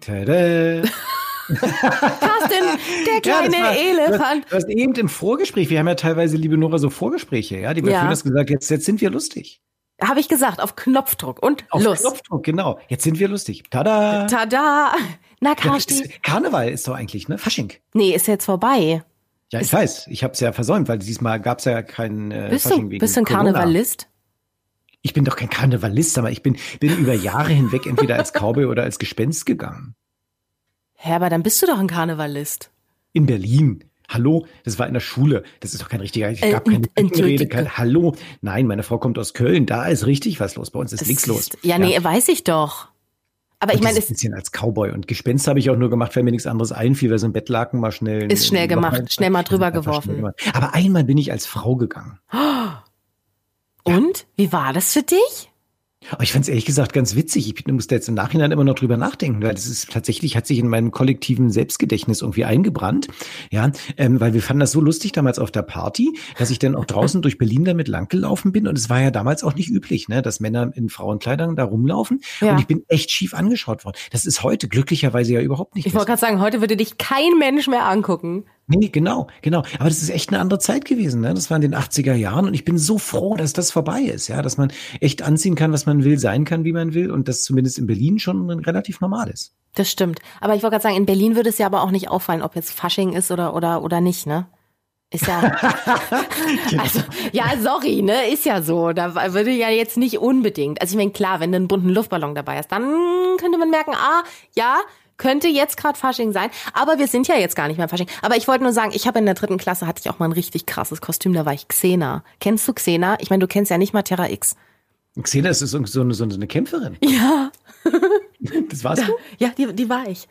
Tada. Carsten, der kleine das war- Elefant. Du hast, du hast eben im Vorgespräch, wir haben ja teilweise, liebe Nora, so Vorgespräche, ja, die wir Ja. ja. das gesagt, jetzt, jetzt sind wir lustig. Habe ich gesagt, auf Knopfdruck und Auf los. Knopfdruck, genau. Jetzt sind wir lustig. Tada. Tada. Na, Ja, Carsten. ist, Karneval ist doch eigentlich, ne? Fasching. Nee, ist jetzt vorbei. Ja, ich weiß. Ich habe es ja versäumt, weil diesmal gab es ja keinen äh, Bist du, Fasching wegen bist du ein Corona. Karnevalist? Ich bin doch kein Karnevalist, aber ich bin, bin über Jahre hinweg entweder als Cowboy oder als Gespenst gegangen. Hä, aber dann bist du doch ein Karnevalist. In Berlin. Hallo, das war in der Schule. Das ist doch kein richtiger. Ich Äh, gab keine ent- Rede, entschuldige. kein Hallo. Nein, meine Frau kommt aus Köln. Da ist richtig was los. Bei uns ist Das nichts los. Ja, nee, weiß ich doch. Aber ich meine, ein es bisschen als Cowboy und Gespenst habe ich auch nur gemacht, weil mir nichts anderes einfiel, weil so ein Bettlaken mal schnell Ist schnell gemacht, schnell mal drüber Einfach schnell geworfen. gemacht. Aber einmal bin ich als Frau gegangen. Und? Wie war das für dich? Aber ich fand es ehrlich gesagt ganz witzig. Ich muss da jetzt im Nachhinein immer noch drüber nachdenken, weil das ist tatsächlich, hat sich in meinem kollektiven Selbstgedächtnis irgendwie eingebrannt. Ja, ähm, weil wir fanden das so lustig damals auf der Party, dass ich dann auch draußen durch Berlin damit langgelaufen bin. Und es war ja damals auch nicht üblich, ne, dass Männer in Frauenkleidern da rumlaufen. Ja. Und ich bin echt schief angeschaut worden. Das ist heute glücklicherweise ja überhaupt nicht Ich mehr wollte gerade sagen, heute würde dich kein Mensch mehr angucken. Nee, genau, genau. Aber das ist echt eine andere Zeit gewesen. Ne? Das war in den 80er Jahren und ich bin so froh, dass das vorbei ist, ja, dass man echt anziehen kann, was man will, sein kann, wie man will und das zumindest in Berlin schon relativ normal ist. Das stimmt. Aber ich wollte gerade sagen, in Berlin würde es ja aber auch nicht auffallen, ob jetzt Fasching ist oder, oder, oder nicht, ne? Ist ja, also, ja, sorry, ne, ist ja so. Da würde ja jetzt nicht unbedingt. Also ich meine, klar, wenn du einen bunten Luftballon dabei hast, dann könnte man merken, ah, ja, könnte jetzt gerade Fasching sein. Aber wir sind ja jetzt gar nicht mehr Fasching. Aber ich wollte nur sagen, ich habe in der dritten Klasse hatte ich auch mal ein richtig krasses Kostüm, da war ich Xena. Kennst du Xena? Ich meine, du kennst ja nicht mal Terra X. Xena ist so so eine, so eine Kämpferin. Ja, Das war's. du? Ja, die, die war ich.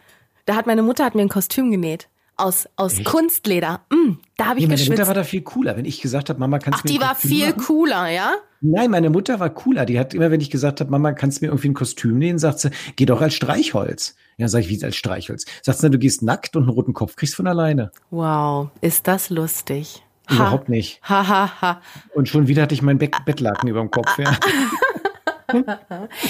Da hat meine Mutter hat mir ein Kostüm genäht. Aus, aus Kunstleder. Mm, da habe ich Nee, meine geschwitzt. Mutter war da viel cooler. Wenn ich gesagt habe, Mama, kannst Ach, du mir die ein war Kostüm viel machen? cooler, ja? Nein, meine Mutter war cooler. Die hat immer, wenn ich gesagt habe, Mama, kannst du mir irgendwie ein Kostüm nähen, sagt sie, geh doch als Streichholz. Ja, sag ich, wie als Streichholz? Sagt sie, na, du gehst nackt und einen roten Kopf kriegst von alleine. Wow, ist das lustig. Ha. Überhaupt nicht. Ha, ha, ha. Und schon wieder hatte ich mein Ah, Beck Bettlaken über dem Kopf. Ja.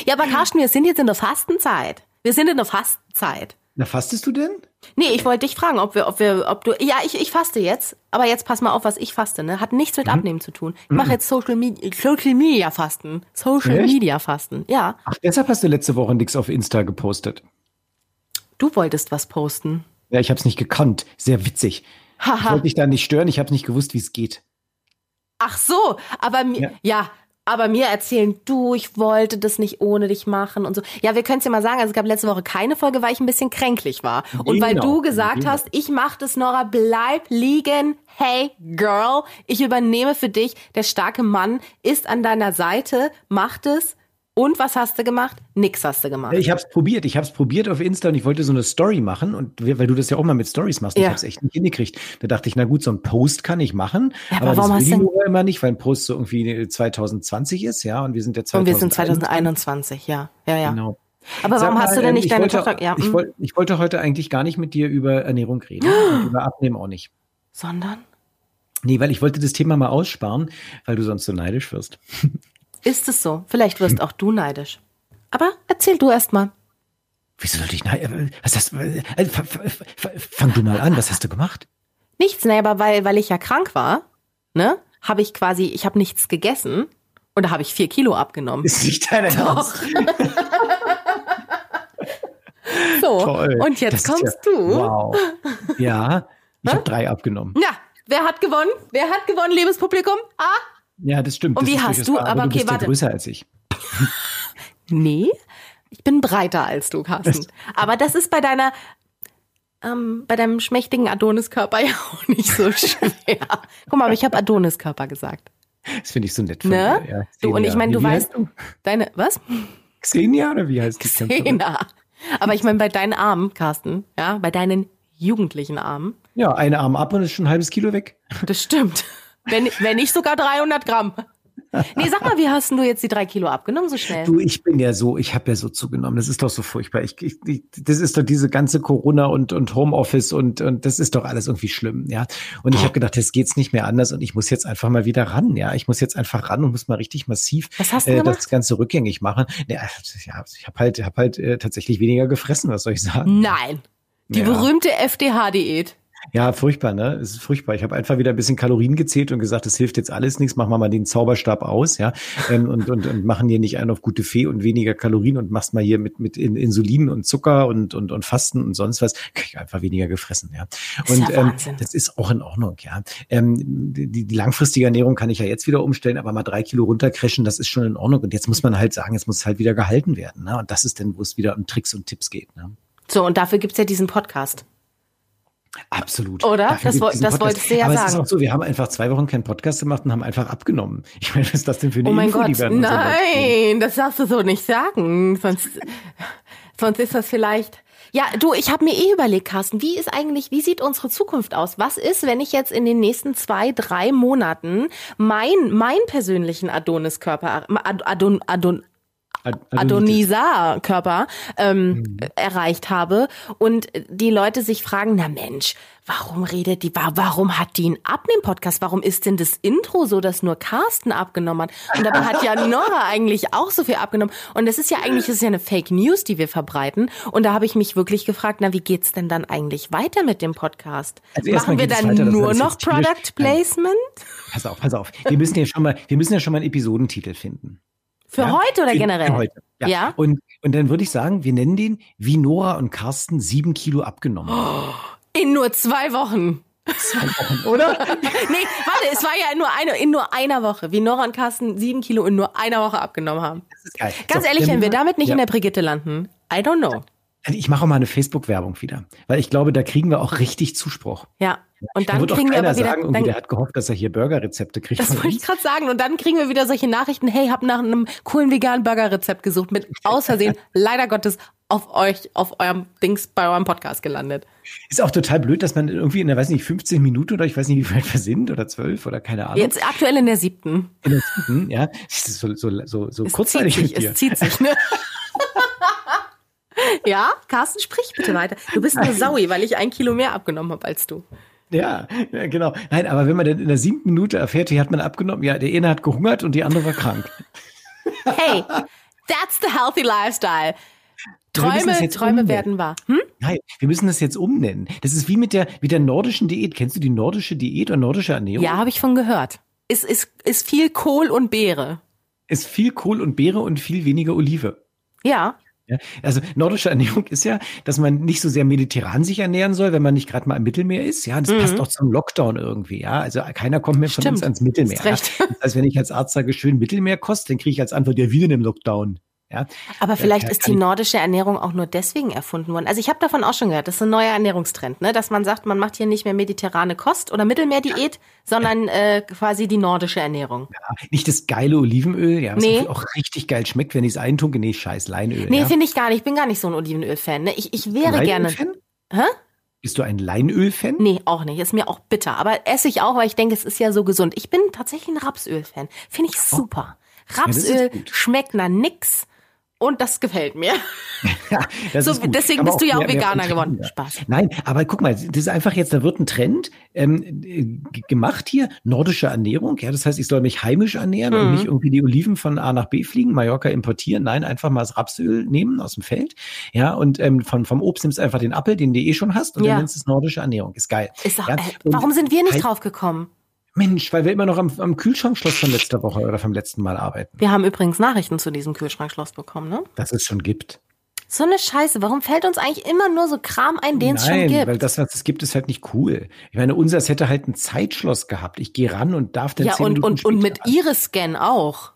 Ja, aber Carsten, wir sind jetzt in der Fastenzeit. Wir sind in der Fastenzeit. Na, fastest du denn? Nee, ich wollte dich fragen, ob wir, ob wir, ob du. Ja, ich, ich faste jetzt, aber jetzt pass mal auf, was ich faste, ne? Hat nichts mit Mhm. Abnehmen zu tun. Ich mache jetzt Social Media, Social Media Fasten. Social Echt? Media Fasten, ja. Ach, deshalb hast du letzte Woche nichts auf Insta gepostet. Du wolltest was posten. Ja, ich habe es nicht gekannt. Sehr witzig. Ich Haha. wollte dich da nicht stören. Ich habe nicht gewusst, wie es geht. Ach so, aber mir, ja. Ja. aber mir erzählen, du, ich wollte das nicht ohne dich machen und so. Ja, wir können es ja mal sagen, also es gab letzte Woche keine Folge, weil ich ein bisschen kränklich war. Und weil Genau, du gesagt genau. hast, ich mach das, Nora, bleib liegen. Hey, Girl, ich übernehme für dich. Der starke Mann ist an deiner Seite, macht es. Und was hast du gemacht? Nix hast du gemacht. Ich habe es probiert. Ich habe es probiert auf Insta und ich wollte so eine Story machen. Und wir- weil du das ja auch mal mit Stories machst, Ja. ich habe es echt nicht hingekriegt. Da dachte ich, na gut, so ein Post kann ich machen. Ja, aber aber warum hast das will du ich nur immer nicht, weil ein Post so irgendwie 2020 ist, ja. Und wir sind ja 2021. und wir sind 2021, ja. Ja, ja. Genau. Aber Sag warum mal, hast du denn ähm, nicht ich deine wollte, Tochter? Ja, ich, mm. wollte, ich wollte heute eigentlich gar nicht mit dir über Ernährung reden. und über Abnehmen auch nicht. Sondern? Nee, weil ich wollte das Thema mal aussparen, weil du sonst so neidisch wirst. Ist es so? Vielleicht Hm. wirst auch du neidisch. Aber erzähl du erst mal. Wieso sollte ich neidisch? Was hast, äh, f- f- f- fang du mal an, was hast du gemacht? Nichts, naja, aber weil, weil ich ja krank war, ne, habe ich quasi, ich habe nichts gegessen und da habe ich vier Kilo abgenommen. Ist nicht dein Ernst. so, Toll. und Das jetzt ist ja- kommst du. Wow. Ja, ich habe drei abgenommen. Na, wer hat gewonnen? Wer hat gewonnen, liebes Publikum? Ah, Ja, das stimmt. Und das wie ist hast durchaus du- wahr, aber du okay, bist ja warte. größer als ich. nee, ich bin breiter als du, Carsten. Aber das ist bei deiner, ähm, bei deinem schmächtigen Adoniskörper ja auch nicht so schwer. Guck mal, aber ich habe Adoniskörper gesagt. Das finde ich so nett von Ne? dir. Ja, du, und ich Xenia. meine, du Wie heißt weißt, deine, was? Xenia oder wie heißt die? Kämpferin? Xena. Aber ich meine, bei deinen Armen, Carsten, ja, bei deinen jugendlichen Armen, Ja, ein Arm ab und ist schon ein halbes Kilo weg. das stimmt. Wenn, wenn nicht sogar 300 Gramm. Nee, sag mal, wie hast denn du jetzt die drei Kilo abgenommen so schnell? Du, ich bin ja so, ich habe ja so zugenommen. Das ist doch so furchtbar. Ich, ich, ich, das ist doch diese ganze Corona und und Homeoffice und und das ist doch alles irgendwie schlimm, ja. Und ich habe gedacht, jetzt geht's nicht mehr anders und ich muss jetzt einfach mal wieder ran, ja. Ich muss jetzt einfach ran und muss mal richtig massiv äh, Was hast du gemacht? das ganze rückgängig machen. Ja, ja, ich habe halt, hab halt äh, tatsächlich weniger gefressen. Was soll ich sagen? Nein. Die Ja. berühmte FDH-Diät. Ja, furchtbar, ne? Es ist furchtbar. Ich habe einfach wieder ein bisschen Kalorien gezählt und gesagt, das hilft jetzt alles nichts, machen wir mal den Zauberstab aus, ja. Ähm, und, und, und machen hier nicht einen auf gute Fee und weniger Kalorien und machst mal hier mit, mit In- Insulin und Zucker und, und, und Fasten und sonst was. Krieg einfach weniger gefressen, ja. Ist Und ja ähm, Wahnsinn. das ist auch in Ordnung, ja. Ähm, die, die langfristige Ernährung kann ich ja jetzt wieder umstellen, aber mal drei Kilo runtercrashen, das ist schon in Ordnung. Und jetzt muss man halt sagen, jetzt muss es halt wieder gehalten werden, ne? Und das ist dann, wo es wieder um Tricks und Tipps geht, ne? So, und dafür gibt's ja diesen Podcast. Absolut. Oder? Dafür Das gibt's woll- diesen das Podcast. wolltest du ja Aber Es ist sagen. auch so, wir haben einfach zwei Wochen keinen Podcast gemacht und haben einfach abgenommen. Ich meine, was ist das denn für eine Oh mein Info, die Gott, wir an unserem Leuten geben? nein, das darfst du so nicht sagen. Sonst, sonst ist das vielleicht. Ja, du, ich habe mir eh überlegt, Carsten, wie ist eigentlich, wie sieht unsere Zukunft aus? Was ist, wenn ich jetzt in den nächsten zwei, drei Monaten mein, meinen persönlichen Adonis-Körper, Ad, Adon, Adon, Ad- Adonitis. Adonisa-Körper ähm, Hm. erreicht habe und die Leute sich fragen, na Mensch, warum redet die, wa- warum hat die einen Abnehmen-Podcast? Warum ist denn das Intro so, dass nur Carsten abgenommen hat? Und dabei hat ja Nora eigentlich auch so viel abgenommen. Und das ist ja eigentlich, das ist ja eine Fake News, die wir verbreiten. Und da habe ich mich wirklich gefragt, na, wie geht's denn dann eigentlich weiter mit dem Podcast? Also erstmal Machen wir geht es dann weiter, dass man nur das noch jetzt tierisch- Product Placement? Pass auf, pass auf. Wir müssen ja schon mal, wir müssen ja schon mal einen Episodentitel finden. Für ja? heute oder Für- generell? Für heute. Ja. Ja? Und, und dann würde ich sagen, wir nennen den, wie Nora und Carsten sieben Kilo abgenommen. Oh, haben. In nur zwei Wochen. Oder? Nee, warte, es war ja in nur, eine, in nur einer Woche, wie Nora und Carsten sieben Kilo in nur einer Woche abgenommen haben. Das ist geil. Ganz So, ehrlich, dann- wenn wir damit nicht ja. in der Brigitte landen, I don't know. Ich mache auch mal eine Facebook-Werbung wieder, weil ich glaube, da kriegen wir auch richtig Zuspruch. Ja, und Da dann wird auch kriegen wir keiner aber wieder, sagen, irgendwie, der dann, hat gehofft, dass er hier Burgerrezepte kriegt. das von wollte uns. ich gerade sagen, und dann kriegen wir wieder solche Nachrichten, hey, hab nach einem coolen veganen Burgerrezept gesucht, mit aus Versehen, leider Gottes, auf euch, auf eurem Dings, bei eurem Podcast gelandet. Ist auch total blöd, dass man irgendwie in der, weiß nicht, 15 Minuten oder ich weiß nicht, wie weit wir sind oder 12 oder keine Ahnung. Jetzt aktuell in der siebten. In der siebten, ja. Das ist so, so, so, so Es kurzzeitig zieht sich, mit dir. es zieht sich, ne? Ja, Carsten, sprich bitte weiter. Du bist eine Saui, weil ich ein Kilo mehr abgenommen habe als du. Ja, ja, genau. Nein, aber wenn man dann in der siebten Minute erfährt, hier hat man abgenommen, ja, der eine hat gehungert und die andere war krank. Hey, that's the healthy lifestyle. Wir müssen das Träume, jetzt Träume umnennen. werden wahr. Hm? Nein, wir müssen das jetzt umnennen. Das ist wie mit der, mit der nordischen Diät. Kennst du die nordische Diät oder nordische Ernährung? Ja, habe ich von gehört. Es ist, ist viel Kohl und Beere. Ist viel Kohl und Beere und viel weniger Olive. Ja. Ja, also nordische Ernährung ist ja, dass man nicht so sehr mediterran sich ernähren soll, wenn man nicht gerade mal im Mittelmeer ist. Ja, das passt auch zum Lockdown irgendwie. Ja, also keiner kommt mehr von Mhm. Stimmt. uns ans Mittelmeer. Hast recht. Ja. Das heißt, wenn ich als Arzt sage, schön Mittelmeerkost, dann kriege ich als Antwort ja wieder den Lockdown. Ja, Aber vielleicht kann- ist kann die ich- nordische Ernährung auch nur deswegen erfunden worden. Also ich habe davon auch schon gehört, das ist ein neuer Ernährungstrend, ne? dass man sagt, man macht hier nicht mehr mediterrane Kost oder Mittelmeerdiät, sondern äh, quasi die nordische Ernährung. nicht das geile Olivenöl, ja, was Nee. auch richtig geil schmeckt, wenn ich es eintunke. Nee, scheiß Leinöl. Nee, ja. finde ich gar nicht. Ich bin gar nicht so ein Olivenöl-Fan. Ne? Ich, ich wäre gerne. Leinöl-Fan? Hä? Bist du ein Leinöl-Fan? Nee, auch nicht. Ist mir auch bitter. Aber esse ich auch, weil ich denke, es ist ja so gesund. Ich bin tatsächlich ein Rapsöl-Fan. Finde ich super. Oh. das ist Rapsöl gut. schmeckt nach nix. Und das gefällt mir. Ja, das So, ist gut. deswegen Kann man bist du ja auch mehr- mehr Veganer von geworden. trinken, Spaß. Nein, aber guck mal, das ist einfach jetzt, da wird ein Trend ähm, g- gemacht hier, nordische Ernährung. Ja, das heißt, ich soll mich heimisch ernähren Mhm. und nicht irgendwie die Oliven von A nach B fliegen, Mallorca importieren. Nein, einfach mal das Rapsöl nehmen aus dem Feld. Ja, und ähm, von, vom Obst nimmst du einfach den Apfel, den du eh schon hast, und Ja. dann nennst du es nordische Ernährung. Ist geil. Ist auch, Ja, äh, und warum sind wir nicht kein- drauf gekommen? Mensch, weil wir immer noch am, am Kühlschrankschloss von letzter Woche oder vom letzten Mal arbeiten, Wir haben übrigens Nachrichten zu diesem Kühlschrankschloss bekommen, ne? das es schon gibt. So eine Scheiße. Warum fällt uns eigentlich immer nur so Kram ein, den es schon Nein, weil gibt? das, was es gibt, ist halt nicht cool. Ich meine, unseres hätte halt ein Zeitschloss gehabt. Ich gehe ran und darf dann Ja, zehn und, Minuten und, und später mit ran. Iris-Scan auch.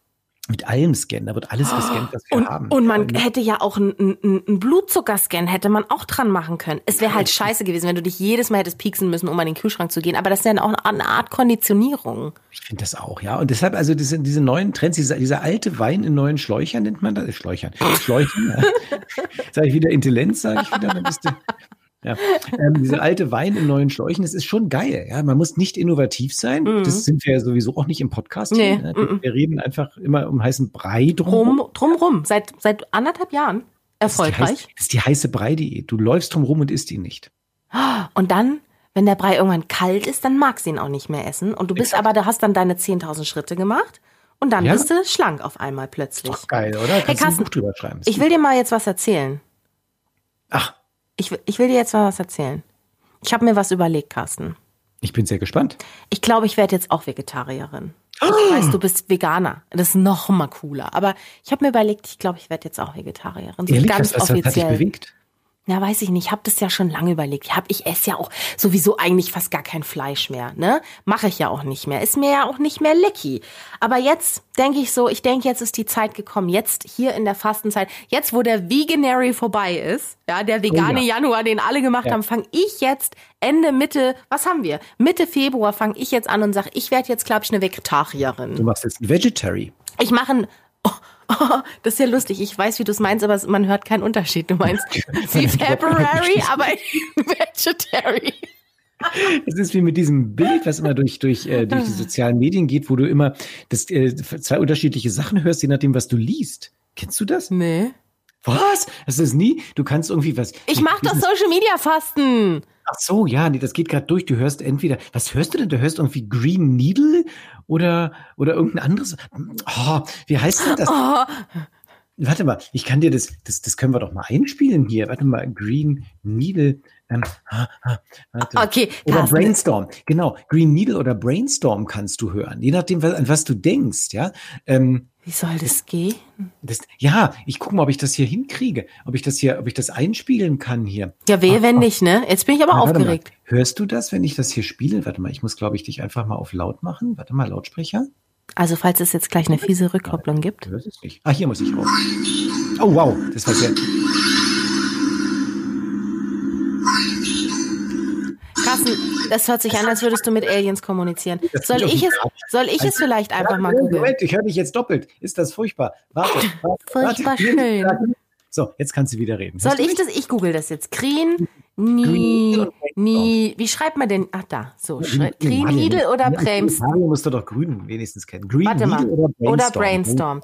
mit allem scannen. Da wird alles gescannt, was wir Und, haben. und man hätte ja auch einen, einen, einen Blutzuckerscan hätte man auch dran machen können. Es wäre halt scheiße gewesen, wenn du dich jedes Mal hättest pieksen müssen, um an den Kühlschrank zu gehen. Aber das ist ja auch eine Art Konditionierung. Ich finde das auch, ja. Und deshalb, also diese, diese neuen Trends, dieser, dieser alte Wein in neuen Schläuchern nennt man das. Äh, Schläuchern. Schläuchern. ja. sage ich wieder Intellenz, sage ich wieder. Dann bist du, ja. ähm, dieser alte Wein in neuen Schläuchen, das ist schon geil. Ja. Man muss nicht innovativ sein. Das sind wir ja sowieso auch nicht im Podcast. Mhm. Nee, mhm. Hier, ne? wir, wir reden einfach immer um heißen Brei drum. Drum, drumrum, seit, seit anderthalb Jahren Das ist die, heiß, erfolgreich. das ist die heiße Brei-Diät. Du läufst drum rum und isst ihn nicht. Und dann, wenn der Brei irgendwann kalt ist, dann magst du ihn auch nicht mehr essen. Und du bist aber, du hast dann deine 10.000 Schritte gemacht und dann Ja. bist du schlank auf einmal plötzlich. Geil, oder? Kannst du Carsten, ein Buch drüber schreiben. Ich will dir mal jetzt was erzählen. Ach, Ich, will- ich will dir jetzt mal was erzählen. Ich habe mir was überlegt, Carsten. ich bin sehr gespannt. Ich glaube, ich werde jetzt auch Vegetarierin. Ich weiß, du bist Veganer. Das ist noch mal cooler. Aber ich habe mir überlegt, ich glaube, ich werde jetzt auch Vegetarierin. So Ehrlich, ganz was, was, was hat dich offiziell. bewegt? Na, weiß ich nicht. Ich habe das ja schon lange überlegt. Ich, hab, ich esse ja auch sowieso eigentlich fast gar kein Fleisch mehr. Ne? Mache ich ja auch nicht mehr. Ist mir ja auch nicht mehr lecky. Aber jetzt denke ich so, ich denke, jetzt ist die Zeit gekommen. Jetzt hier in der Fastenzeit, jetzt wo der Veganary vorbei ist, ja, der vegane Oh ja. Januar, den alle gemacht haben, fange ich jetzt Ende, Mitte, was haben wir? Mitte Februar fange ich jetzt an und sage, ich werde jetzt, glaube ich, eine Vegetarierin. Du machst jetzt ein Vegetary. Ich mache ein. Oh, oh, das ist ja lustig. Ich weiß, wie du es meinst, aber es- man hört keinen Unterschied. Du meinst wie February, aber Vegetary. Es ist wie mit diesem Bild, was immer durch, durch, äh, durch die Ah. sozialen Medien geht, wo du immer das, äh, zwei unterschiedliche Sachen hörst, je nachdem, was du liest. Kennst du das? Nee. Was? Hast du das nie? Du kannst irgendwie was. Ich mache doch Social Media Fasten. Ach so, ja, nee, das geht gerade durch. Du hörst entweder, was hörst du denn? Du hörst irgendwie Green Needle oder, oder irgendein anderes. Oh, wie heißt denn das? Warte mal, ich kann dir das, das, das können wir doch mal einspielen hier. Warte mal, Green Needle. Ähm, ah, ah, warte. Okay, Oder Carsten. Brainstorm, genau. Green Needle oder Brainstorm kannst du hören, je nachdem, was, an was du denkst, ja. Ähm, Wie soll das gehen? das, ja, ich gucke mal, ob ich das hier hinkriege, ob ich das hier, ob ich das einspielen kann hier. Ja, wehe, wenn nicht, ne? Jetzt bin ich aber Na, warte aufgeregt. Mal. Hörst du das, wenn ich das hier spiele? Warte mal, ich muss, glaube ich, dich einfach mal auf laut machen. Warte mal, Lautsprecher. Also, falls es jetzt gleich eine fiese Rückkopplung gibt. Du hörst es nicht. Ah, hier muss ich rauf. Oh, wow, das war sehr. Carsten, das hört sich an, als würdest du mit Aliens kommunizieren. Das Soll geht auf ich den es, Grab. soll ich es vielleicht einfach mal googeln? Moment, ich höre dich jetzt doppelt. Ist das furchtbar? Warte, warte, Furchtbar warte. schön. So, jetzt kannst du wieder reden. Soll Hörst du ich mich? das? Ich google das jetzt. Green, nie, nie. Wie schreibt man denn? Ach, da. So, schrei- Green Mario Needle muss- oder Ja, Brems? Mario musst du doch Grün wenigstens kennen. Green Warte mal. Needle Oder oder Brainstorm. Brainstorm.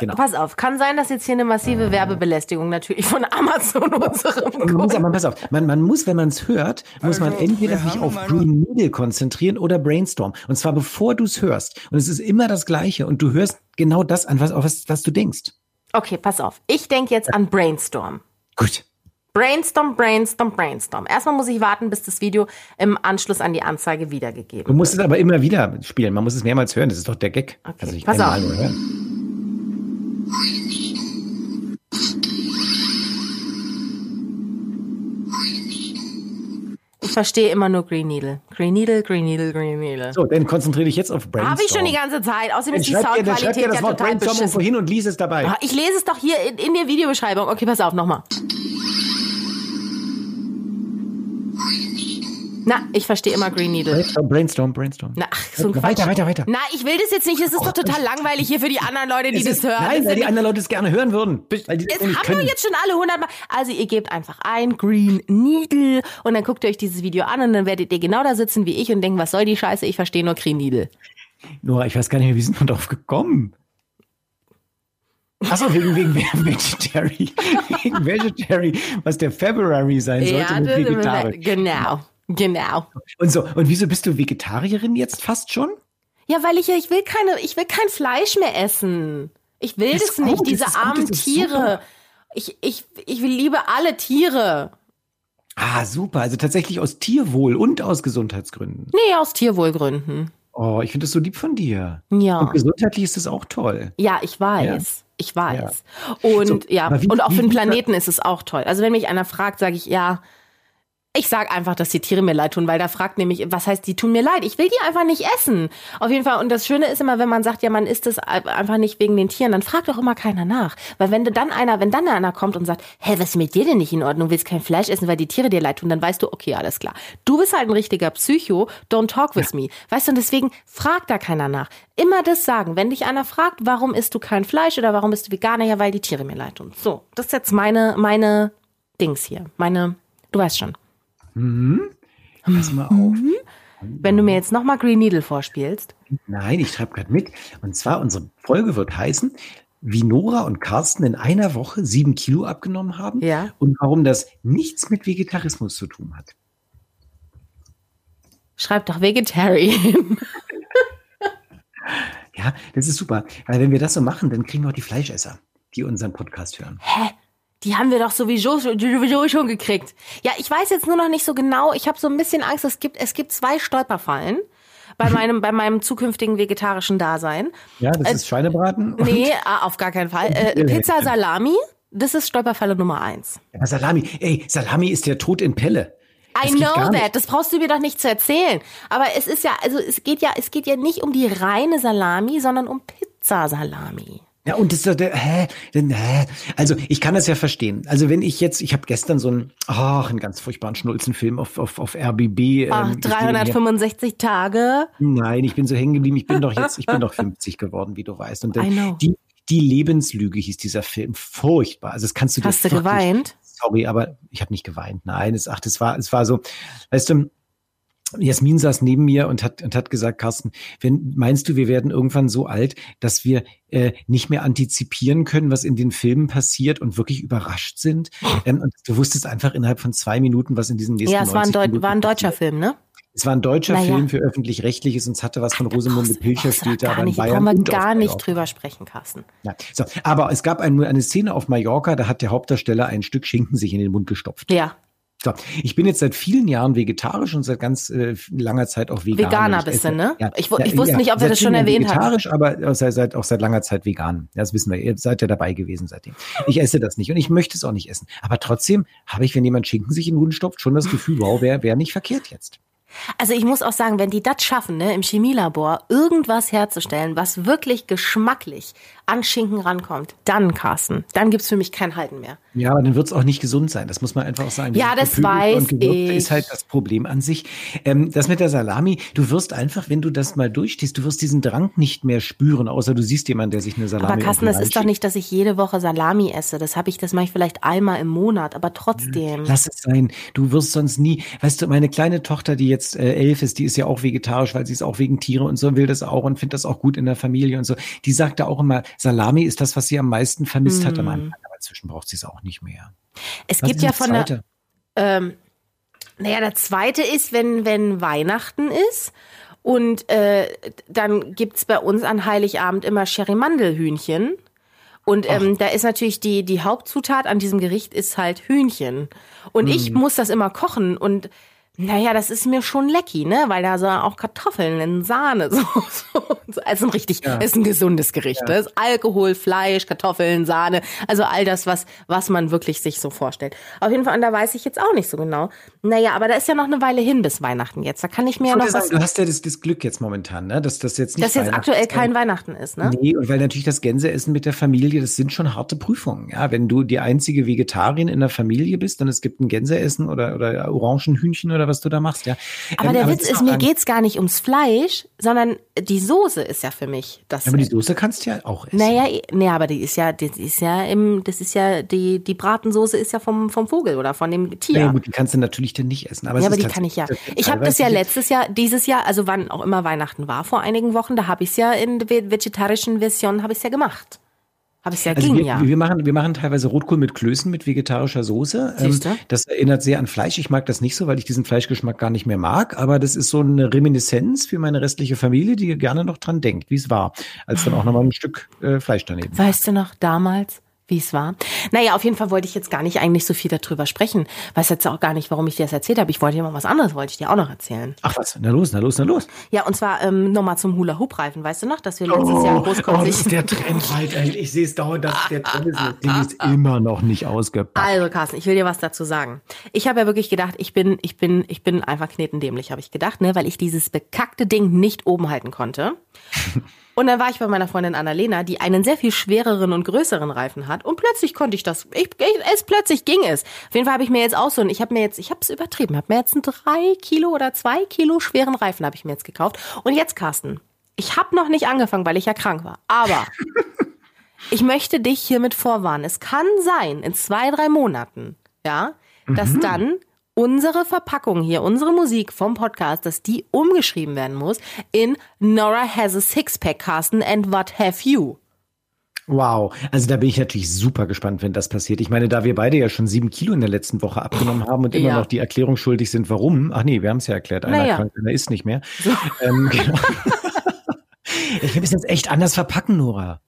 Genau. Äh. Pass auf, kann sein, dass jetzt hier eine massive Werbebelästigung natürlich von Amazon unserem Man muss, Kunden- aber pass auf, man, man muss, wenn man es hört, muss man entweder sich auf Green Needle konzentrieren oder Brainstorm. Und zwar bevor du es hörst. Und es ist immer das Gleiche. Und du hörst genau das an, was, auf was, was du denkst. Okay, pass auf. Ich denke jetzt an Brainstorm. Gut. Brainstorm, Brainstorm, Brainstorm. Erstmal muss ich warten, bis das Video im Anschluss an die Anzeige Du wiedergegeben musst es aber immer wieder spielen. Man muss es mehrmals hören. Das ist doch der Gag. Also ich pass kann auf. mal nur hören. Ich verstehe immer nur Green Needle. Green Needle, Green Needle, Green Needle. So, dann konzentriere dich jetzt auf Brainstorm. Habe ich schon die ganze Zeit. Außerdem Dann ist die schreib dir, dann schreib Soundqualität dir ja das Wort total Brainstorm beschissen. irgendwo hin und lies es dabei. Ah, Ich lese es doch hier in, in der Videobeschreibung. Okay, pass auf, nochmal. Na, ich verstehe immer Green Needle. Brainstorm, Brainstorm, Brainstorm. Na, ach, so ein Quatsch. weiter, weiter, Oh weiter. Na, ich will das jetzt nicht. Es ist doch total langweilig hier für die anderen Leute, die das ist- hören. Nein, Das weil die sind- anderen Leute es gerne hören würden. Weil die das das nämlich haben wir können. jetzt schon alle hundertmal. Also ihr gebt einfach ein Green Needle und dann guckt ihr euch dieses Video an und dann werdet ihr genau da sitzen wie ich und denken, was soll die Scheiße? Ich verstehe nur Green Needle. Nora, ich weiß gar nicht mehr, wie sind wir drauf gekommen? Achso, wegen, wegen Vegetary. wegen Vegetary, was der February sein sollte mit Vegetarier. genau, genau. Und so, und wieso bist du Vegetarierin jetzt fast schon? Ja, weil ich ja, ich will keine, ich will kein Fleisch mehr essen. Ich will Das das, ist nicht, gut, das diese ist gut, armen das ist Tiere. super. Ich, ich, ich liebe alle Tiere. Ah, super. Also tatsächlich aus Tierwohl und aus Gesundheitsgründen. Nee, aus Tierwohlgründen. Oh, ich finde das so lieb von dir. Ja. Und gesundheitlich ist das auch toll. Ja, ich weiß. Ich weiß. Und So, ja, aber wie- und auch wie- für den wie- Planeten ist es auch toll. Also wenn mich einer fragt, sage ich ja, Ich sag einfach, dass die Tiere mir leid tun, weil da fragt nämlich, was heißt, die tun mir leid? Ich will die einfach nicht essen. Auf jeden Fall. Und das Schöne ist immer, wenn man sagt, ja, man isst es einfach nicht wegen den Tieren, dann fragt doch immer keiner nach. Weil wenn dann einer, wenn dann einer kommt und sagt, hä, was ist mit dir denn nicht in Ordnung? Willst kein Fleisch essen, weil die Tiere dir leid tun? Dann weißt du, okay, alles klar. Du bist halt ein richtiger Psycho. Don't talk with me. Weißt du, und deswegen fragt da keiner nach. Immer das sagen. Wenn dich einer fragt, warum isst du kein Fleisch oder warum bist du Veganer? Ja, weil die Tiere mir leid tun. So. Das ist jetzt meine, meine Dings hier. Meine, du weißt schon. Mhm. Pass mal auf. Wenn du Mhm. mir jetzt nochmal Green Needle vorspielst. Nein, ich schreibe gerade mit. Und zwar, unsere Folge wird heißen, wie Nora und Carsten in einer Woche sieben Kilo abgenommen haben Ja. und warum das nichts mit Vegetarismus zu tun hat. Schreib doch Vegetarian. Ja, das ist super. Weil wenn wir das so machen, dann kriegen wir auch die Fleischesser, die unseren Podcast hören. Hä? Die haben wir doch sowieso, sowieso schon gekriegt. Ja, ich weiß jetzt nur noch nicht so genau. Ich habe so ein bisschen Angst. Es gibt, es gibt zwei Stolperfallen bei meinem, bei meinem zukünftigen vegetarischen Dasein. Ja, das ist Schweinebraten. und- Äh, Nee, ah, auf gar keinen Fall. Äh, Pizza Salami, das ist Stolperfalle Nummer eins. Aber Salami, ey, Salami ist der Tod in Pelle. I Das geht know gar nicht. that. Das brauchst du mir doch nicht zu erzählen. Aber es ist ja, also es geht ja, es geht ja nicht um die reine Salami, sondern um Pizza Salami. Ja, und das ist doch der, hä, denn, hä? Also, ich kann das ja verstehen. Also, wenn ich jetzt, ich habe gestern so einen, ach, einen ganz furchtbaren Schnulzenfilm auf, auf, auf RBB. Ach, ähm, gesehen. 365 Ah, Tage. Nein, ich bin so hängen geblieben. Ich bin doch jetzt, ich bin doch 50 geworden, wie du weißt. Und I know. dann, die, die Lebenslüge hieß dieser Film. Furchtbar. Also, das kannst du dir Hast du wirklich- geweint? Sorry, aber ich habe nicht geweint. Nein, es, ach, das war, es war so, weißt du, Jasmin saß neben mir und hat, und hat gesagt, Carsten, wenn, meinst du, wir werden irgendwann so alt, dass wir äh, nicht mehr antizipieren können, was in den Filmen passiert und wirklich überrascht sind? Ähm, und du wusstest einfach innerhalb von zwei Minuten, was in diesem nächsten Ja, es war ein, 90 Deut Minuten war ein passiert. deutscher Film, ne? Es war ein deutscher Naja. Film für öffentlich-rechtliches und es hatte was von Rosamunde Brauchst du- Pilcher brauchst du später, doch aber Gar in nicht, da Bayern brauchen wir und auf gar nicht Mallorca. drüber sprechen, Carsten. Ja. So, aber es gab ein, eine Szene auf Mallorca, da hat der Hauptdarsteller ein Stück Schinken sich in den Mund gestopft. Ja, So, ich bin jetzt seit vielen Jahren vegetarisch und seit ganz äh, langer Zeit auch vegan. Veganer Ich bist du, esse- ne? Ich wu- ich wusste nicht, ob wir seit das schon vielen Jahren erwähnt hatten. Vegetarisch, aber auch seit, seit, auch seit langer Zeit vegan. Das wissen wir. Ihr seid ja dabei gewesen seitdem. Ich esse das nicht und ich möchte es auch nicht essen. Aber trotzdem habe ich, wenn jemand Schinken sich in den Mund stopft, schon das Gefühl, wow, wäre wär nicht verkehrt jetzt. also ich muss auch sagen, wenn die das schaffen, ne, im Chemielabor irgendwas herzustellen, was wirklich geschmacklich an Schinken rankommt, dann, Carsten, dann gibt's für mich kein Halten mehr. Ja, aber dann wird's auch nicht gesund sein. Das muss man einfach auch sagen. Ja, Dieses das weiß und Gewürze ich. ist halt das Problem an sich. Ähm, das mit der Salami, du wirst einfach, wenn du das mal durchstehst, du wirst diesen Drang nicht mehr spüren, außer du siehst jemanden, der sich eine Salami Aber Carsten, das auf den Leib ist doch schiebt. nicht, dass ich jede Woche Salami esse. Das habe ich, das mache ich vielleicht einmal im Monat, aber trotzdem. Lass es sein. Du wirst sonst nie. Weißt du, meine kleine Tochter, die jetzt äh, elf ist, die ist ja auch vegetarisch, weil sie ist auch wegen Tiere und so will das auch und findet das auch gut in der Familie und so. Die sagt da auch immer, Salami ist das, was sie am meisten vermisst hat am Anfang, aber inzwischen braucht sie es auch nicht mehr. es Hm. Was gibt ist ja das von der, Zweite? Ähm, naja, der zweite ist, wenn, wenn Weihnachten ist. Und äh, dann gibt's bei uns an Heiligabend immer Sherry-Mandelhühnchen. Und ähm, da ist natürlich die, die Hauptzutat an diesem Gericht ist halt Hühnchen. Und ich Hm. muss das immer kochen. Und naja, das ist mir schon lecki, ne? Weil da so auch Kartoffeln in Sahne. So, so, so. Also ein richtig, ist ein gesundes Gericht. Ne? Ist Alkohol, Fleisch, Kartoffeln, Sahne. Also all das, was, was man wirklich sich so vorstellt. Auf jeden Fall, und da weiß ich jetzt auch nicht so genau. Naja, aber da ist ja noch eine Weile hin bis Weihnachten jetzt. Da kann ich mir Ich ja noch wollte sagen, was, du hast ja das, das Glück jetzt momentan, ne? dass das jetzt nicht dass jetzt Weihnachten aktuell ist, kein Weihnachten ist, ne? Nee, und weil natürlich das Gänseessen mit der Familie, das sind schon harte Prüfungen. Ja, wenn du die einzige Vegetarierin in der Familie bist, dann es gibt ein Gänseessen oder, oder Orangenhühnchen oder was du da machst, ja. Aber Ähm, der es Witz ist, auch mir ein- geht's gar nicht ums Fleisch, sondern die Soße ist ja für mich das. Aber die Soße kannst du ja auch essen. naja, eh- nee, aber die ist ja, die ist ja im, das ist ja, die, die Bratensoße ist ja vom, vom Vogel oder von dem Tier. Naja, gut, die kannst du natürlich dann nicht essen. Aber es ja, aber ist die kann ich ja. tatsächlich- Ich habe das ja teilweise- letztes Jahr, dieses Jahr, also wann auch immer Weihnachten war, vor einigen Wochen, da habe ich es ja in der ve- vegetarischen Version, habe ich es ja gemacht. Habe ich ja, Also ging wir, ja. wir, machen, wir machen teilweise Rotkohl mit Klößen mit vegetarischer Soße. Ähm, Siehste? das erinnert sehr an Fleisch. Ich mag das nicht so, weil ich diesen Fleischgeschmack gar nicht mehr mag. Aber das ist so eine Reminiszenz für meine restliche Familie, die gerne noch dran denkt, wie es war, als dann auch nochmal ein Stück äh, Fleisch daneben. Weißt du noch, damals, wie es war. Naja, auf jeden Fall wollte ich jetzt gar nicht eigentlich so viel darüber sprechen. Weiß jetzt auch gar nicht, warum ich dir das erzählt habe. Ich wollte dir mal was anderes, wollte ich dir auch noch erzählen. Ach was, na los, na los, na los. Ja, und zwar ähm, nochmal zum Hula-Hoop-Reifen. Weißt du noch, dass wir letztes Jahr oh, das ist großkopfig... der Trend halt, ey. Ich sehe es dauernd, dass es der Trend ist. Das Ding ist immer noch nicht ausgepackt. Also Carsten, ich will dir was dazu sagen. Ich habe ja wirklich gedacht, ich bin, ich bin, ich bin einfach knetendämlich, habe ich gedacht, ne, weil ich dieses bekackte Ding nicht oben halten konnte. Und dann war ich bei meiner Freundin Annalena, die einen sehr viel schwereren und größeren Reifen hat. Und plötzlich konnte ich das. Ich, ich, es plötzlich ging es. Auf jeden Fall habe ich mir jetzt auch so, einen- ich habe mir jetzt, ich habe es übertrieben, habe mir jetzt einen drei Kilo oder zwei Kilo schweren Reifen habe ich mir jetzt gekauft. Und jetzt Carsten, ich habe noch nicht angefangen, weil ich ja krank war. Aber ich möchte dich hiermit vorwarnen. Es kann sein, in zwei, drei Monaten, ja, dass Mhm. dann unsere Verpackung hier, unsere Musik vom Podcast, dass die umgeschrieben werden muss in Nora has a Sixpack, Carsten, and what have you? Wow. Also da bin ich natürlich super gespannt, wenn das passiert. Ich meine, da wir beide ja schon sieben Kilo in der letzten Woche abgenommen haben und immer Ja. noch die Erklärung schuldig sind, warum. Ach nee, wir haben es ja erklärt. Einer Naja. krank, einer ist nicht mehr. ähm, genau. Wir müssen es echt anders verpacken, Nora.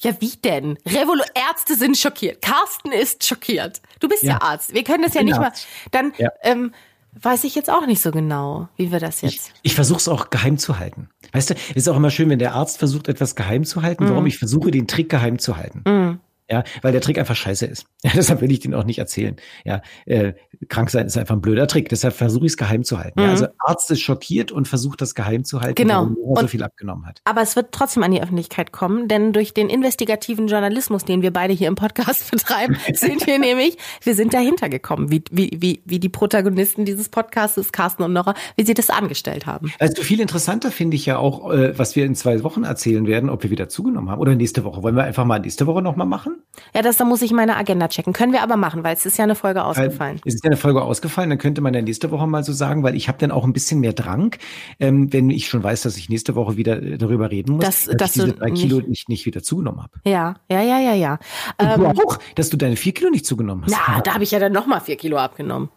Ja, wie denn? Revolu Ärzte sind schockiert. Carsten ist schockiert. Du bist ja, Ja. Arzt. Wir können das ja bin nicht mal. Arzt. Dann Ja. ähm, weiß ich jetzt auch nicht so genau, wie wir das jetzt. Ich versuche es auch geheim zu halten. Weißt du, ist auch immer schön, wenn der Arzt versucht, etwas geheim zu halten. Mhm. Warum? Ich versuche, den Trick geheim zu halten. Mm. Ja, weil der Trick einfach scheiße ist. Ja, deshalb will ich den auch nicht erzählen. Ja, äh, krank sein ist einfach ein blöder Trick. Deshalb versuche ich es geheim zu halten. Ja, also Arzt ist schockiert und versucht, das geheim zu halten, Mhm. Genau. warum er so Und- viel abgenommen hat. Aber es wird trotzdem an die Öffentlichkeit kommen, denn durch den investigativen Journalismus, den wir beide hier im Podcast betreiben, sind wir nämlich, wir sind dahinter gekommen, wie, wie, wie, wie die Protagonisten dieses Podcasts, Carsten und Nora, wie sie das angestellt haben. Also viel interessanter finde ich ja auch, äh, was wir in zwei Wochen erzählen werden, ob wir wieder zugenommen haben oder nächste Woche. Wollen wir einfach mal nächste Woche nochmal machen? Ja, das, da muss ich meine Agenda checken. Können wir aber machen, weil es ist ja eine Folge Weil ausgefallen. Es ist ja eine Folge ausgefallen, dann könnte man ja nächste Woche mal so sagen, weil ich habe dann auch ein bisschen mehr Drang, ähm, wenn ich schon weiß, dass ich nächste Woche wieder äh, darüber reden muss, Dass- dass dass ich diese du drei Kilo nicht, nicht wieder zugenommen habe. Ja, ja, ja, ja, ja. Ähm, du auch, dass du deine vier Kilo nicht zugenommen hast. na, da habe ich ja dann nochmal vier Kilo abgenommen.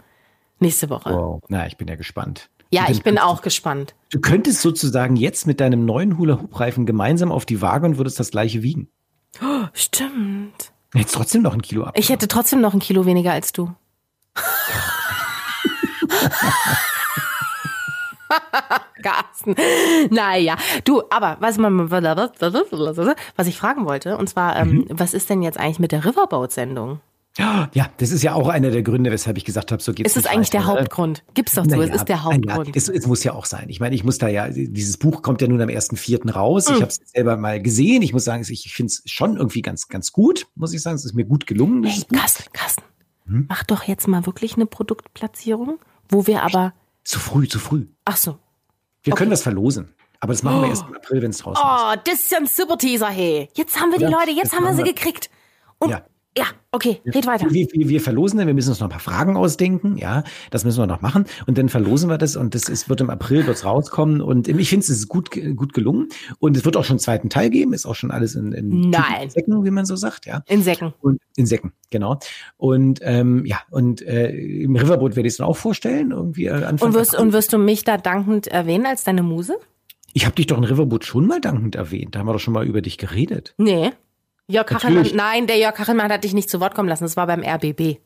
Nächste Woche. Wow. Na, ich bin ja gespannt. Ja, Du ich bin auch gespannt. Du könntest sozusagen jetzt mit deinem neuen Hula-Hoop-Reifen gemeinsam auf die Waage und würdest das gleiche wiegen. Stimmt. Jetzt trotzdem noch ein Kilo ab. Ich hätte trotzdem noch ein Kilo weniger als du. Carsten. Naja, du, aber was, man, was ich fragen wollte, und zwar, Mhm. ähm, was ist denn jetzt eigentlich mit der Riverboat-Sendung? Ja, das ist ja auch einer der Gründe, weshalb ich gesagt habe, so geht's Ist es nicht eigentlich der weiter, ne? Hauptgrund? Gibt's doch so, Naja, es ist der naja, Hauptgrund. es, es muss ja auch sein. Ich meine, ich muss da ja, dieses Buch kommt ja nun am 1.4. raus. Mm. Ich habe es selber mal gesehen. Ich muss sagen, ich finde es schon irgendwie ganz, ganz gut, muss ich sagen. Es ist mir gut gelungen, dieses Buch. Carsten, Carsten, Mhm. mach doch jetzt mal wirklich eine Produktplatzierung, wo wir aber, Zu früh, zu früh. ach so, Wir können das verlosen. Aber das machen wir erst im April, wenn es draußen ist. Oh, das ist ja ein super Teaser, hey. Jetzt haben wir die Ja, Leute, jetzt das haben wir machen sie wir. gekriegt. Und ja, Ja. okay, red weiter. Wir, wir, wir verlosen dann, wir müssen uns noch ein paar Fragen ausdenken, ja, das müssen wir noch machen und dann verlosen wir das und das ist, wird im April wird's rauskommen und ich finde es ist gut, ge- gut gelungen und es wird auch schon einen zweiten Teil geben, ist auch schon alles in, in Nein. Tüten und Säcken, wie man so sagt, ja. In Säcken. Und in Säcken, genau. Und ähm, ja, und äh, im Riverboat werde ich es dann auch vorstellen, irgendwie äh, Anfang Und wirst, April. und wirst du mich da dankend erwähnen als deine Muse? Ich habe dich doch in Riverboat schon mal dankend erwähnt, da haben wir doch schon mal über dich geredet. Nee. Jörg Kachelmann, Natürlich. nein, der Jörg Kachelmann hat dich nicht zu Wort kommen lassen. Das war beim RBB.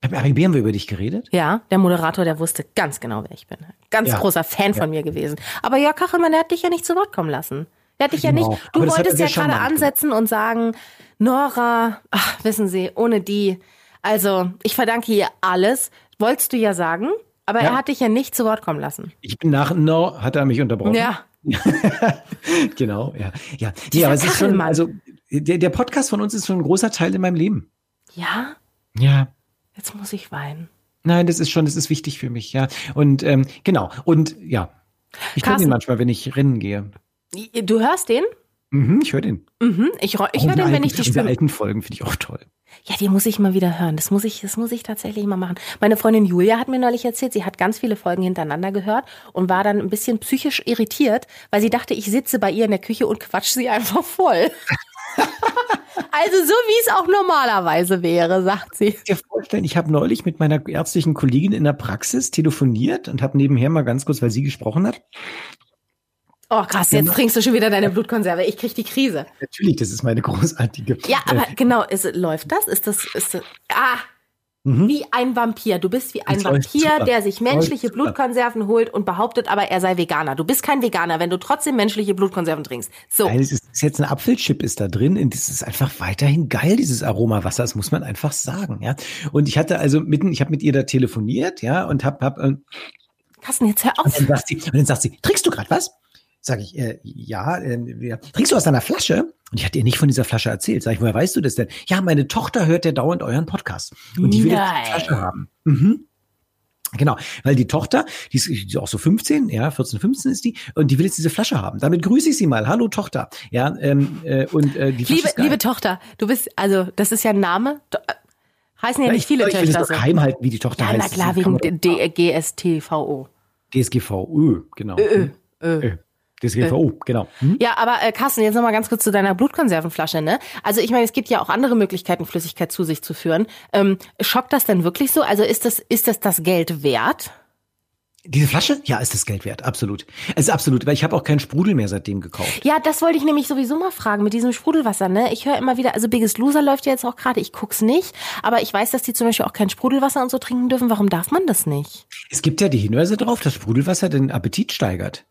Beim RBB haben wir über dich geredet? Ja, der Moderator, der wusste ganz genau, wer ich bin. Ganz Ja. großer Fan von mir gewesen. Aber Jörg Kachelmann, der hat dich ja nicht zu Wort kommen lassen. Der hat dich ja Genau. nicht, du Aber das hat er wolltest ja sehr gerade charmant ansetzen und sagen, Nora, ach, wissen Sie, ohne die, also, ich verdanke ihr alles, wolltest du ja sagen, aber Ja. er hat dich ja nicht zu Wort kommen lassen. Ich bin nach, no, hat er mich unterbrochen. Ja. genau, ja. Ja, Dieser ja aber es ist schon, Kachelmann. also der, der Podcast von uns ist schon ein großer Teil in meinem Leben. Ja, Ja. jetzt muss ich weinen. Nein, das ist schon, das ist wichtig für mich, ja. Und ähm, genau, und ja. Ich höre Carsten. den manchmal, wenn ich rennen gehe. Äh, Du hörst den? Mhm, ich höre den. Mhm, ich ro- Oh ich höre den, wenn ich dich Diese bin. alten Folgen finde ich auch toll. Ja, die muss ich mal wieder hören. Das muss ich, das muss ich tatsächlich mal machen. Meine Freundin Julia hat mir neulich erzählt, sie hat ganz viele Folgen hintereinander gehört und war dann ein bisschen psychisch irritiert, weil sie dachte, ich sitze bei ihr in der Küche und quatsche sie einfach voll. also so wie es auch normalerweise wäre, sagt sie. dir vorstellen, ich habe neulich mit meiner ärztlichen Kollegin in der Praxis telefoniert und habe nebenher mal ganz kurz, weil sie gesprochen hat, Oh krass, jetzt Genau. trinkst du schon wieder deine Blutkonserve. Ich krieg die Krise. Natürlich, das ist meine großartige. Ja, aber äh, genau, ist, läuft das? Ist das, ist das, ah, Mhm. wie ein Vampir. Du bist wie ein Jetzt läuft's Vampir, super. der sich menschliche Läuft's super. Blutkonserven holt und behauptet aber, er sei Veganer. Du bist kein Veganer, wenn du trotzdem menschliche Blutkonserven trinkst. So. Nein, es ist, ist jetzt ein Apfelchip ist da drin und das ist einfach weiterhin geil, dieses Aromawasser, das muss man einfach sagen, ja. Und ich hatte also mitten, ich habe mit ihr da telefoniert, ja, und hab, hab ähm, Carsten, jetzt hör und auf. dann sagt sie, und dann sagt sie, trinkst du gerade was? Sag ich, äh, ja, äh, ja. trinkst du aus deiner Flasche? Und ich hatte ihr nicht von dieser Flasche erzählt. Sag ich, woher weißt du das denn? Ja, meine Tochter hört ja dauernd euren Podcast. Und die will jetzt Nein. eine Flasche haben. Mhm. Genau, weil die Tochter, die ist, die ist auch so 15, ja, 14, 15 ist die, und die will jetzt diese Flasche haben. Damit grüße ich sie mal. Hallo Tochter. Ja, ähm, äh, und äh, die Flasche Liebe, ist geil. liebe Tochter, du bist, also, das ist ja ein Name. Do- äh, Heißen ja Ja, nicht viele ich, ich will Töchter das so. doch geheim halten, wie die Tochter Ja, heißt. na klar, Das kann wegen man D- D- DSTVO. DSGVO, genau. Ö, Ö. DSGVO, genau. Hm? Ja, aber äh, Carsten, jetzt nochmal ganz kurz zu deiner Blutkonservenflasche, ne? Also ich meine, es gibt ja auch andere Möglichkeiten, Flüssigkeit zu sich zu führen. Ähm, schockt das denn wirklich so? Also ist das, ist das das Geld wert? Diese Flasche? Ja, ist das Geld wert, absolut. Es ist absolut, weil ich habe auch keinen Sprudel mehr seitdem gekauft. Ja, das wollte ich nämlich sowieso mal fragen mit diesem Sprudelwasser, ne? Ich höre immer wieder, also Biggest Loser läuft ja jetzt auch gerade, ich guck's nicht, aber ich weiß, dass die zum Beispiel auch kein Sprudelwasser und so trinken dürfen. Warum darf man das nicht? Es gibt ja die Hinweise darauf, dass Sprudelwasser den Appetit steigert.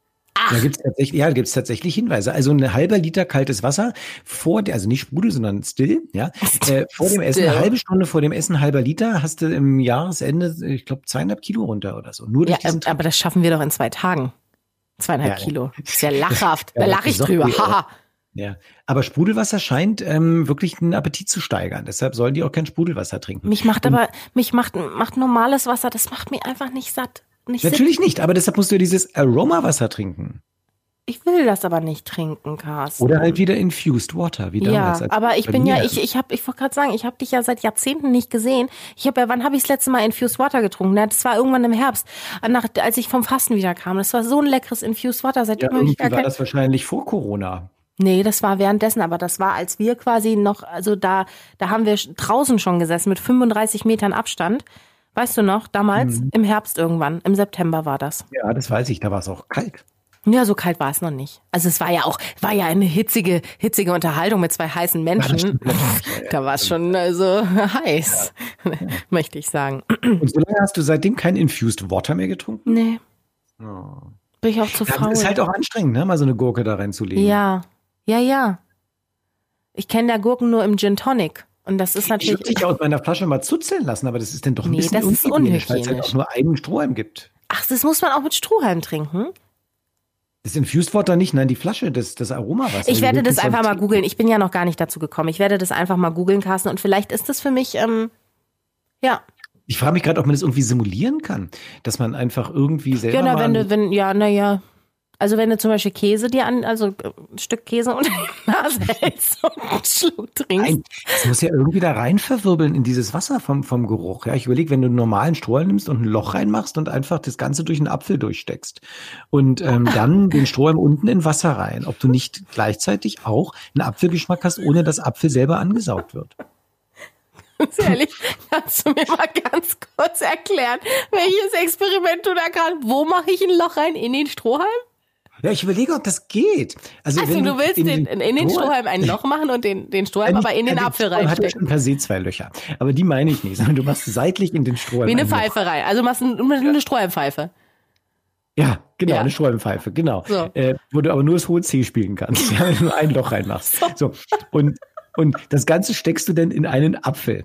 Da gibt's tatsächlich, ja, da gibt's tatsächlich Hinweise. Also ein halber Liter kaltes Wasser vor der, also nicht Sprudel, sondern Still, ja, äh, vor dem Essen, eine Still. halbe Stunde vor dem Essen, halber Liter, hast du im Jahresende, ich glaube, zweieinhalb Kilo runter oder so. Nur Ja, durch äh, diesen Trink. aber das schaffen wir doch in zwei Tagen. Zweieinhalb Ja. Kilo. Ist ja lachhaft. Ja, da lache ich das drüber. sagt die Haha. Ja. Aber Sprudelwasser scheint ähm, wirklich den Appetit zu steigern. Deshalb sollen die auch kein Sprudelwasser trinken. Mich macht aber, mich macht, macht normales Wasser, das macht mir einfach nicht satt. Nicht sick. Natürlich nicht, aber deshalb musst du dieses Aromawasser trinken. Ich will das aber nicht trinken, Carsten. Oder halt wieder Infused Water, wie Ja, damals. als aber ich bei bin ja, mir- ich, ich hab, ich wollte gerade sagen, ich habe dich ja seit Jahrzehnten nicht gesehen. Ich habe ja, wann habe ich das letzte Mal Infused Water getrunken? Na, das war irgendwann im Herbst, nach, als ich vom Fasten wieder kam. Das war so ein leckeres Infused Water. Ja, Seitdem hab ich irgendwie gar war kein, das wahrscheinlich vor Corona. Nee, das war währenddessen, aber das war, als wir quasi noch, also da, da haben wir sch- draußen schon gesessen mit 35 Metern Abstand. Weißt du noch, damals Mhm. im Herbst irgendwann, im September war das. Ja, das weiß ich, da war es auch kalt. Ja, so kalt war es noch nicht. Also es war ja auch, war ja eine hitzige, hitzige Unterhaltung mit zwei heißen Menschen. da war es schon äh, so heiß, möchte ich sagen. Und so lange hast du seitdem kein Infused Water mehr getrunken? Nee. Bin ich auch zu Ja, faul. das ist halt auch anstrengend, ne? mal so eine Gurke da reinzulegen. ja, ja, ja. Ich kenne da Gurken nur im Gin Tonic. Und das ist Ich würde natürlich. dich aus meiner Flasche mal zuzeln lassen, aber das ist dann doch ein Nee, bisschen das ist weil es halt unhygienisch. auch nur einen Strohhalm gibt. Ach, das muss man auch mit Strohhalm trinken. Das Infused Water nicht, nein, die Flasche, das, das Aromawasser. Ich werde Die das wirken einfach mal sonst- googeln. Ich bin ja noch gar nicht dazu gekommen. Ich werde das einfach mal googeln, Carsten. Und vielleicht ist das für mich, ähm, ja, Ich frage mich gerade, ob man das irgendwie simulieren kann, dass man einfach irgendwie selber ja, na, mal Genau, wenn du, wenn, ja, naja. Also wenn du zum Beispiel Käse dir an, also äh, ein Stück Käse unter die Nase hältst und einen Schluck trinkst. Nein, das muss ja irgendwie da rein verwirbeln in dieses Wasser vom, vom Geruch. Ja, ich überlege, wenn du einen normalen Strohhalm nimmst und ein Loch reinmachst und einfach das Ganze durch einen Apfel durchsteckst und ähm, dann den Strohhalm unten in Wasser rein, ob du nicht gleichzeitig auch einen Apfelgeschmack hast, ohne dass Apfel selber angesaugt wird. Ganz ehrlich, kannst du mir mal ganz kurz erklären, welches Experiment du da gerade, wo mache ich ein Loch rein? In den Strohhalm? Ja, ich überlege, ob das geht. Also, Also wenn du willst in den, in den Strohhalm ein Loch machen und den, den Äh, Strohhalm aber in den Ja, Apfel Strohhalm Hat ja reinstecken. schon per se zwei Löcher. Aber die meine ich nicht, sondern du machst seitlich in den Strohhalm. Wie eine ein Loch. Pfeife rein. Also machst du eine, eine Strohhalmpfeife. Ja, genau, Ja. eine Strohhalmpfeife, genau. So. Äh, wo du aber nur das hohe C spielen kannst, ja, wenn du nur ein Loch reinmachst. So. Und, und das Ganze steckst du dann in einen Apfel.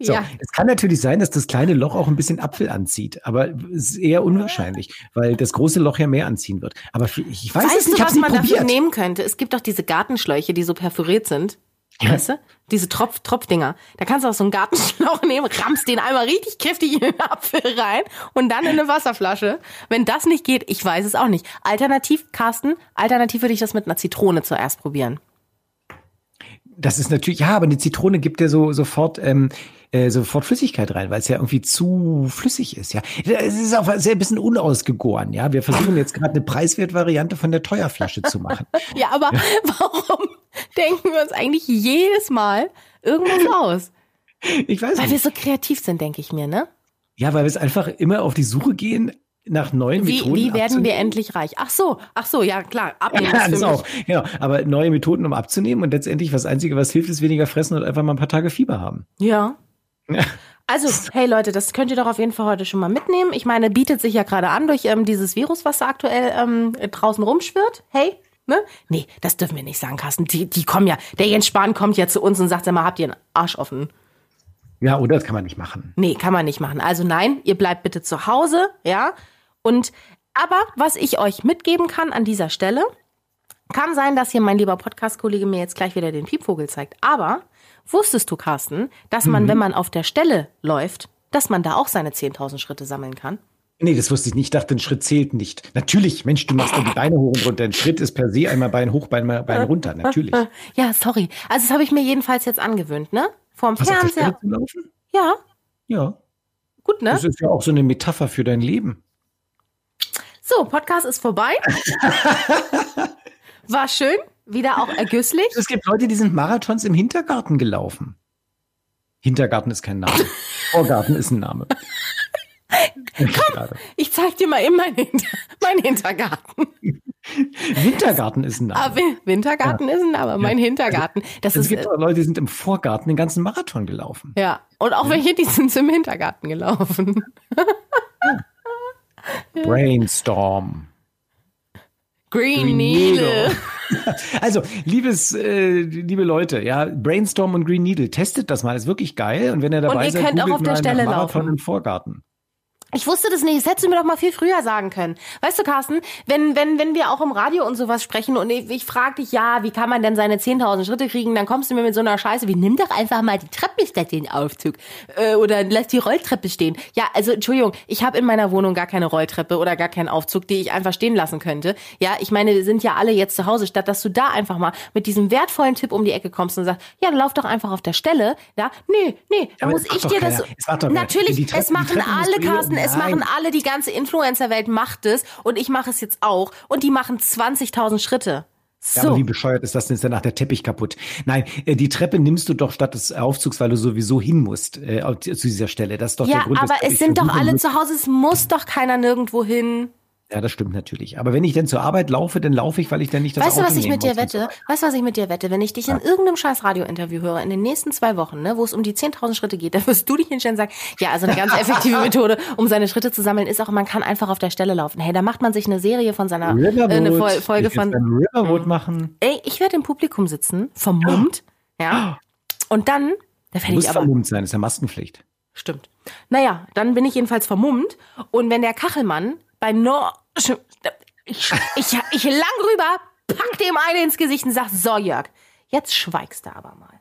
So. Ja. Es kann natürlich sein, dass das kleine Loch auch ein bisschen Apfel anzieht, aber es ist eher unwahrscheinlich, weil das große Loch ja mehr anziehen wird. Aber für- ich weiß es Weißt nicht, du, ich hab's was nie man probiert. dafür nehmen könnte? Es gibt doch diese Gartenschläuche, die so perforiert sind. Weißt du? Diese Tropf Tropfdinger. Da kannst du auch so einen Gartenschlauch nehmen, rammst den einmal richtig kräftig in den Apfel rein und dann in eine Wasserflasche. Wenn das nicht geht, ich weiß es auch nicht. Alternativ, Carsten, alternativ würde ich das mit einer Zitrone zuerst probieren. Das ist natürlich, ja, aber eine Zitrone gibt ja so sofort ähm, äh, sofort Flüssigkeit rein, weil es ja irgendwie zu flüssig ist. Ja, es ist auch sehr ein bisschen unausgegoren. Ja, wir versuchen jetzt gerade eine Preiswertvariante von der Teuerflasche zu machen. Ja, aber warum denken wir uns eigentlich jedes Mal irgendwas aus? Ich weiß Weil wir nicht. so kreativ sind, denke ich mir, ne? Ja, weil wir es einfach immer auf die Suche gehen nach neuen Wie, Methoden. wie werden abzunehmen. wir endlich reich? Ach so, ach so, ja klar, abnehmen ja, ist das für mich. auch. Genau. Aber neue Methoden, um abzunehmen und letztendlich das Einzige, was hilft, ist weniger fressen und einfach mal ein paar Tage Fieber haben. Ja. Ja. Also, hey Leute, das könnt ihr doch auf jeden Fall heute schon mal mitnehmen. Ich meine, bietet sich ja gerade an durch ähm, dieses Virus, was da aktuell ähm, draußen rumschwirrt. Hey, ne? Nee, das dürfen wir nicht sagen, Carsten. Die, die kommen ja. Der Jens Spahn kommt ja zu uns und sagt, sag mal, habt ihr einen Arsch offen? Ja, oder? Das kann man nicht machen. Nee, kann man nicht machen. Also nein, ihr bleibt bitte zu Hause, ja? Und aber was ich euch mitgeben kann an dieser Stelle, kann sein, dass hier mein lieber Podcast-Kollege mir jetzt gleich wieder den Piepvogel zeigt. Aber wusstest du, Carsten, dass man, wenn man auf der Stelle läuft, dass man da auch seine 10.000 Schritte sammeln kann? Nee, das wusste ich nicht. Ich dachte, ein Schritt zählt nicht. Natürlich, Mensch, du machst doch die Beine hoch und runter. Ein Schritt ist per se einmal Bein hoch, Bein, Bein runter. Natürlich. Ja, sorry. Also das habe ich mir jedenfalls jetzt angewöhnt, ne? Vorm Was auf der Stelle Fernseher. zu laufen? Ja, Ja. gut, ne? Das ist ja auch so eine Metapher für dein Leben. So, Podcast ist vorbei. War schön, wieder auch ergüsslich. Es gibt Leute, die sind Marathons im Hintergarten gelaufen. Hintergarten ist kein Name. Vorgarten ist ein Name. Gerade. Ich zeig dir mal eben meinen, Hinter meinen Hintergarten. Wintergarten ist ein Name. Ah, Win- Wintergarten ist ein, aber mein Hintergarten. Das es ist. gibt Äh, auch Leute, die sind im Vorgarten den ganzen Marathon gelaufen. ja. Und auch welche, die sind zum Hintergarten gelaufen. Brainstorm. Green Needle. Also, liebes, äh, liebe Leute, ja, Brainstorm und Green Needle, testet das mal, ist wirklich geil. Und wenn ihr dabei ihr seid, könnt auch googelt auf der mal Stelle nach Marathon laufen. im Vorgarten. Ich wusste das nicht. Das hättest du mir doch mal viel früher sagen können. Weißt du, Carsten, wenn, wenn, wenn wir auch im Radio und sowas sprechen und ich, ich frage dich, ja, wie kann man denn seine 10.000 Schritte kriegen, dann kommst du mir mit so einer Scheiße wie, nimm doch einfach mal die Treppe statt den Aufzug. Äh, oder lass die Rolltreppe stehen. Ja, also, Entschuldigung, ich habe in meiner Wohnung gar keine Rolltreppe oder gar keinen Aufzug, die ich einfach stehen lassen könnte. Ja, ich meine, wir sind ja alle jetzt zu Hause. Statt dass du da einfach mal mit diesem wertvollen Tipp um die Ecke kommst und sagst, ja, lauf doch einfach auf der Stelle. Ja, nee, nee, da Aber muss es macht ich doch dir das. keiner. Es macht doch keiner. Natürlich, Die Treppen- es die machen Treppen muss alle, jeder- Carsten, es Nein. machen alle, die ganze Influencer-Welt macht es und ich mache es jetzt auch und die machen 20.000 Schritte. Ja, aber So. wie bescheuert ist das denn? Ist danach der Teppich kaputt? Nein, äh, die Treppe nimmst du doch statt des Aufzugs, weil du sowieso hin musst äh, auf- zu dieser Stelle. Das ist doch der Ja, Grund. aber weshalb es ich sind doch versuche, alle zu Hause, es muss doch keiner nirgendwo hin. Ja, das stimmt natürlich. Aber wenn ich denn zur Arbeit laufe, dann laufe ich, weil ich dann nicht das Weißt du, Auto was ich nehmen mit dir muss und wette? so weiter. Weißt du, was ich mit dir wette? Wenn ich dich in irgendeinem scheiß Radiointerview höre, in den nächsten zwei Wochen, ne, wo es um die 10.000 Schritte geht, dann wirst du dich hinstellen und sagen, ja, also eine ganz effektive Methode, um seine Schritte zu sammeln, ist auch, man kann einfach auf der Stelle laufen. Hey, da macht man sich eine Serie von seiner, äh, Riverwood, eine Fol- Folge ich will von, Hm. jetzt beim Riverwood machen. ey, ich werde im Publikum sitzen, vermummt, ja. Und dann, da Oh. Du werde musst ich aber. vermummt sein, das ist ja Maskenpflicht. Stimmt. Naja, dann bin ich jedenfalls vermummt. Und wenn der Kachelmann bei No. Ich, ich, ich, ich lang rüber, pack dem eine ins Gesicht und sag, so Jörg, jetzt schweigst du aber mal.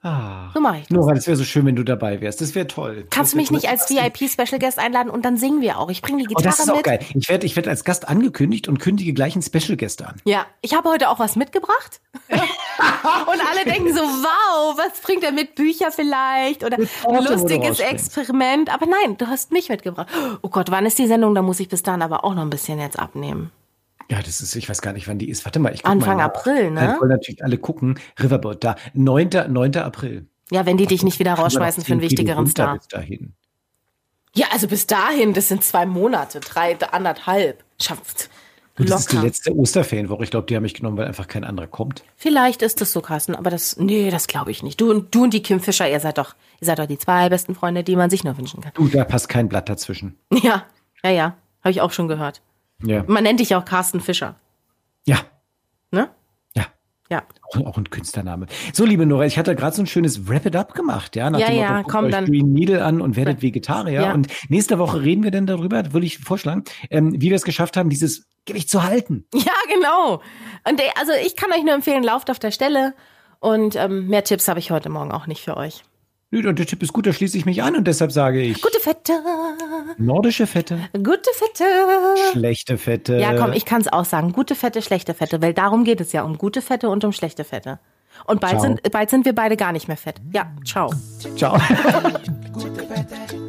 Ah. So mach ich das. Nora, das wäre so schön, wenn du dabei wärst. Das wäre toll. Kannst Das du mich wär nicht toll. als VIP-Special Guest einladen und dann singen wir auch. Ich bringe die Oh, das ist Gitarre auch mit. geil. Ich werde ich werd als Gast angekündigt und kündige gleich einen Special-Gäste an. Ja, ich habe heute auch was mitgebracht. Und alle denken so, wow, was bringt er mit? Bücher vielleicht oder ein Torte, wo du lustiges rausspringst. Experiment. Aber nein, du hast mich mitgebracht. Oh Gott, wann ist die Sendung? Da muss ich bis dahin aber auch noch ein bisschen jetzt abnehmen. Ja, das ist, ich weiß gar nicht, wann die ist. Warte mal, ich guck Anfang mal nach. April, ne? Dann wollen natürlich alle gucken. Riverboat, da. 9. 9. April. Ja, wenn die dich nicht wieder rausschmeißen für einen 10 Kilo wichtigeren runter Star. Bis dahin. Ja, also bis dahin, das sind zwei Monate, drei, anderthalb. Schafft. Und das ist die Locker. letzte Osterferienwoche. Ich glaube, die haben mich genommen, weil einfach kein anderer kommt. Vielleicht ist es so, Carsten, aber das, nee, das glaube ich nicht. Du und, du und die Kim Fischer, ihr seid doch, ihr seid doch die zwei besten Freunde, die man sich nur wünschen kann. Du, da passt kein Blatt dazwischen. Ja, ja, ja, habe ich auch schon gehört. Ja. Man nennt dich ja auch Carsten Fischer, Ja. ne? Ja. Ja. Auch, auch ein Künstlername. So, liebe Nora, ich hatte gerade so ein schönes Wrap-It-Up gemacht, ja? Nach Ja, dem ja, guckt komm, euch dann- Green Needle an und werdet Vegetarier. Ja. Und nächste Woche reden wir dann darüber, würde ich vorschlagen, ähm, wie wir es geschafft haben, dieses Gewicht zu halten. Ja, genau. Und ey, also ich kann euch nur empfehlen, lauft auf der Stelle. Und ähm, mehr Tipps habe ich heute Morgen auch nicht für euch. Nö, Und der Tipp ist gut, da schließe ich mich an und deshalb sage ich, Gute Fette, nordische Fette, gute Fette. schlechte Fette. Ja, komm, ich kann es auch sagen. Gute Fette, schlechte Fette. Weil darum geht es ja, um gute Fette und um schlechte Fette. Und bald, Ciao. sind, bald sind wir beide gar nicht mehr fett. Ja, ciao. Ciao. Gute Fette,